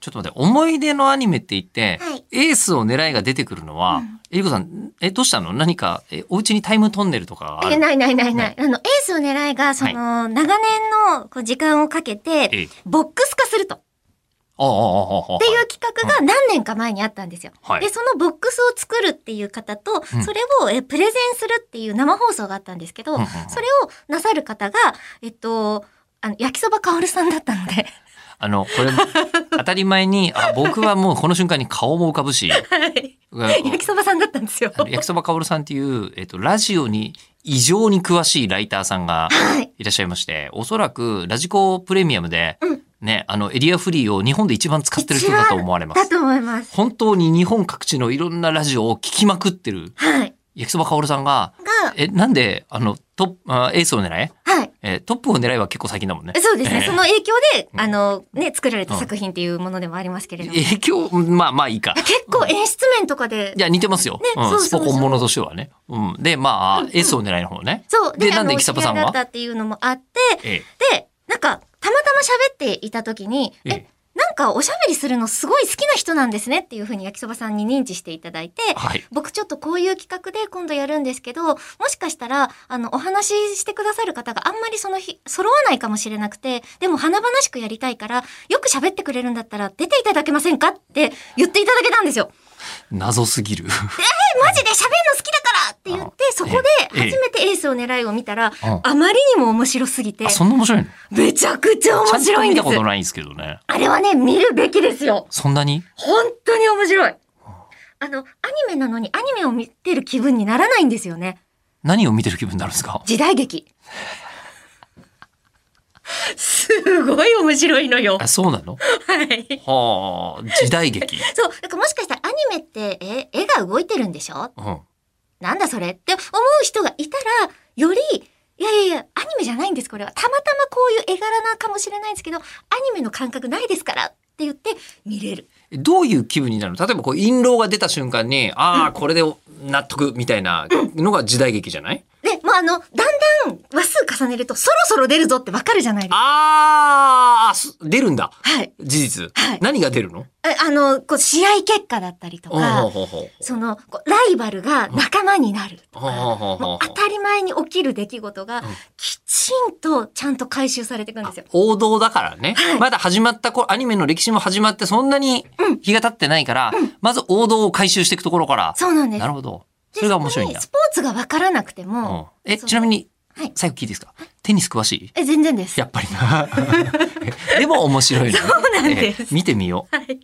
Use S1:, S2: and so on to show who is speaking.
S1: ちょっと待って、思い出のアニメって言って、
S2: はい
S1: エースを狙いが出てくるのは、えりこさん、え、どうしたの何か、え、お家にタイムトンネルとかがあ
S2: え
S1: る
S2: ないないないない。あの、エースを狙いが、その、長年のこう時間をかけ
S1: ええ
S2: て、ボックス化すると。
S1: ああ、ああ、ああ。
S2: っていう企画が何年か前にあったんですよ。
S1: はい
S2: で、そのボックスを作るっていう方と、
S1: うん
S2: それをえプレゼンするっていう生放送があったんですけど、
S1: うんうんうん
S2: それをなさる方が、えっと、あの、焼きそばかおるさんだったので、
S1: あの、これ、当たり前に、あ、僕はもうこの瞬間に顔も浮かぶし、
S2: はい 焼きそばさんだったんですよ。
S1: あの焼きそばかおるさんっていう、えっと、ラジオに異常に詳しいライターさんが
S2: はい。
S1: いらっしゃいまして、おそらくラジコプレミアムで、
S2: うん
S1: ね、あの、エリアフリーを日本で一番使ってる人だと思われま
S2: だ
S1: す。
S2: と思います。
S1: 本当に日本各地のいろんなラジオを聞きまくってる
S2: はい。
S1: 焼きそばかおるさんが、
S2: が、
S1: え、なんで、あの、トップ、あエースを狙い
S2: はい。
S1: えートップを狙いは結構最近だもんね。
S2: そうですね。
S1: えー
S2: その影響で、
S1: うん
S2: あの、ね、作られた作品っていうものでもありますけれども。
S1: 影響、まあまあいいか。
S2: 結構演出面とかで
S1: い、や、似てますよ。
S2: ね
S1: うん
S2: そうそう
S1: スポコンものとしてはね。うん。で、まあ、エースを狙いの方ね。
S2: そう。
S1: でなんで
S2: あの
S1: キサパさんは
S2: お知り合いだったっていうのもあって、
S1: ええ。
S2: で、なんか、たまたま喋っていた時に、
S1: え
S2: え、なんかおしゃべりするのすごい好きな人なんですねっていうふうに焼きそばさんに認知していただいて、
S1: はい。
S2: 僕ちょっとこういう企画で今度やるんですけど、もしかしたら、あの、お話ししてくださる方があんまりその日、揃わないかもしれなくて、でも華々しくやりたいから、よく喋ってくれるんだったら出ていただけませんかって言っていただけたんですよ。
S1: 謎すぎる。
S2: マジで喋るの好きだからって言って、そこで初めてエースを狙いを見たら、
S1: うん
S2: あまりにも面白すぎて
S1: あ、、そんな面白いの
S2: めちゃくちゃ面
S1: ちゃん
S2: 白
S1: と
S2: いん
S1: 見
S2: で
S1: た
S2: す
S1: こと。ないんですけどね。
S2: あれはね、見るべきですよ。
S1: そんなに
S2: 本当に面白い。あの、アニメなのにアニメを見てる気分にならないんですよね。
S1: 何を見てる気分になるんですか
S2: 時代劇。すごい面白いのよ。
S1: あ、そうなの
S2: はい。
S1: はあ、時代劇。
S2: そう、だからもしかしたらアニメって、え、絵が動いてるんでしょ
S1: うん。
S2: なんだそれって思う人がいたら、より、いやいやいや、アニメじゃないんです、これは。たまたまこういう絵柄なかもしれないんですけど、アニメの感覚ないですからって言って見れる。
S1: どういう気分になるの例えばこう、印籠が出た瞬間に、ああ、これで納得みたいなのが時代劇じゃない
S2: で、もうあの、だんだん話数重ねると、そろそろ出るぞってわかるじゃないですか。
S1: ああ、出るんだ。
S2: はい。
S1: 事実。
S2: はい
S1: 何が出るの
S2: えあの、こう、試合結果だったりと
S1: ほうほう
S2: か、
S1: ほうほう
S2: その、こうライバルが仲間になるとか、
S1: うんほうほうほう
S2: もう当たり前に起きる出来事が、きちんとちゃんと回収されていくんですよ。
S1: 王道だからね、
S2: はい
S1: まだ始まった頃アニメの歴史も始まってそんなに日が経ってないから、まず王道を回収していくところから
S2: そうなんです
S1: な。るほど
S2: で
S1: それが面白いんだ
S2: そこにス、ポーツがわからなくて
S1: う
S2: も、
S1: ん、え
S2: そう
S1: ちなみに、
S2: はい
S1: 最後聞いていいですかテニス詳しい
S2: え、全然です。
S1: やっぱりなでも面白いのね
S2: そうなんです
S1: え見てみよう
S2: はい。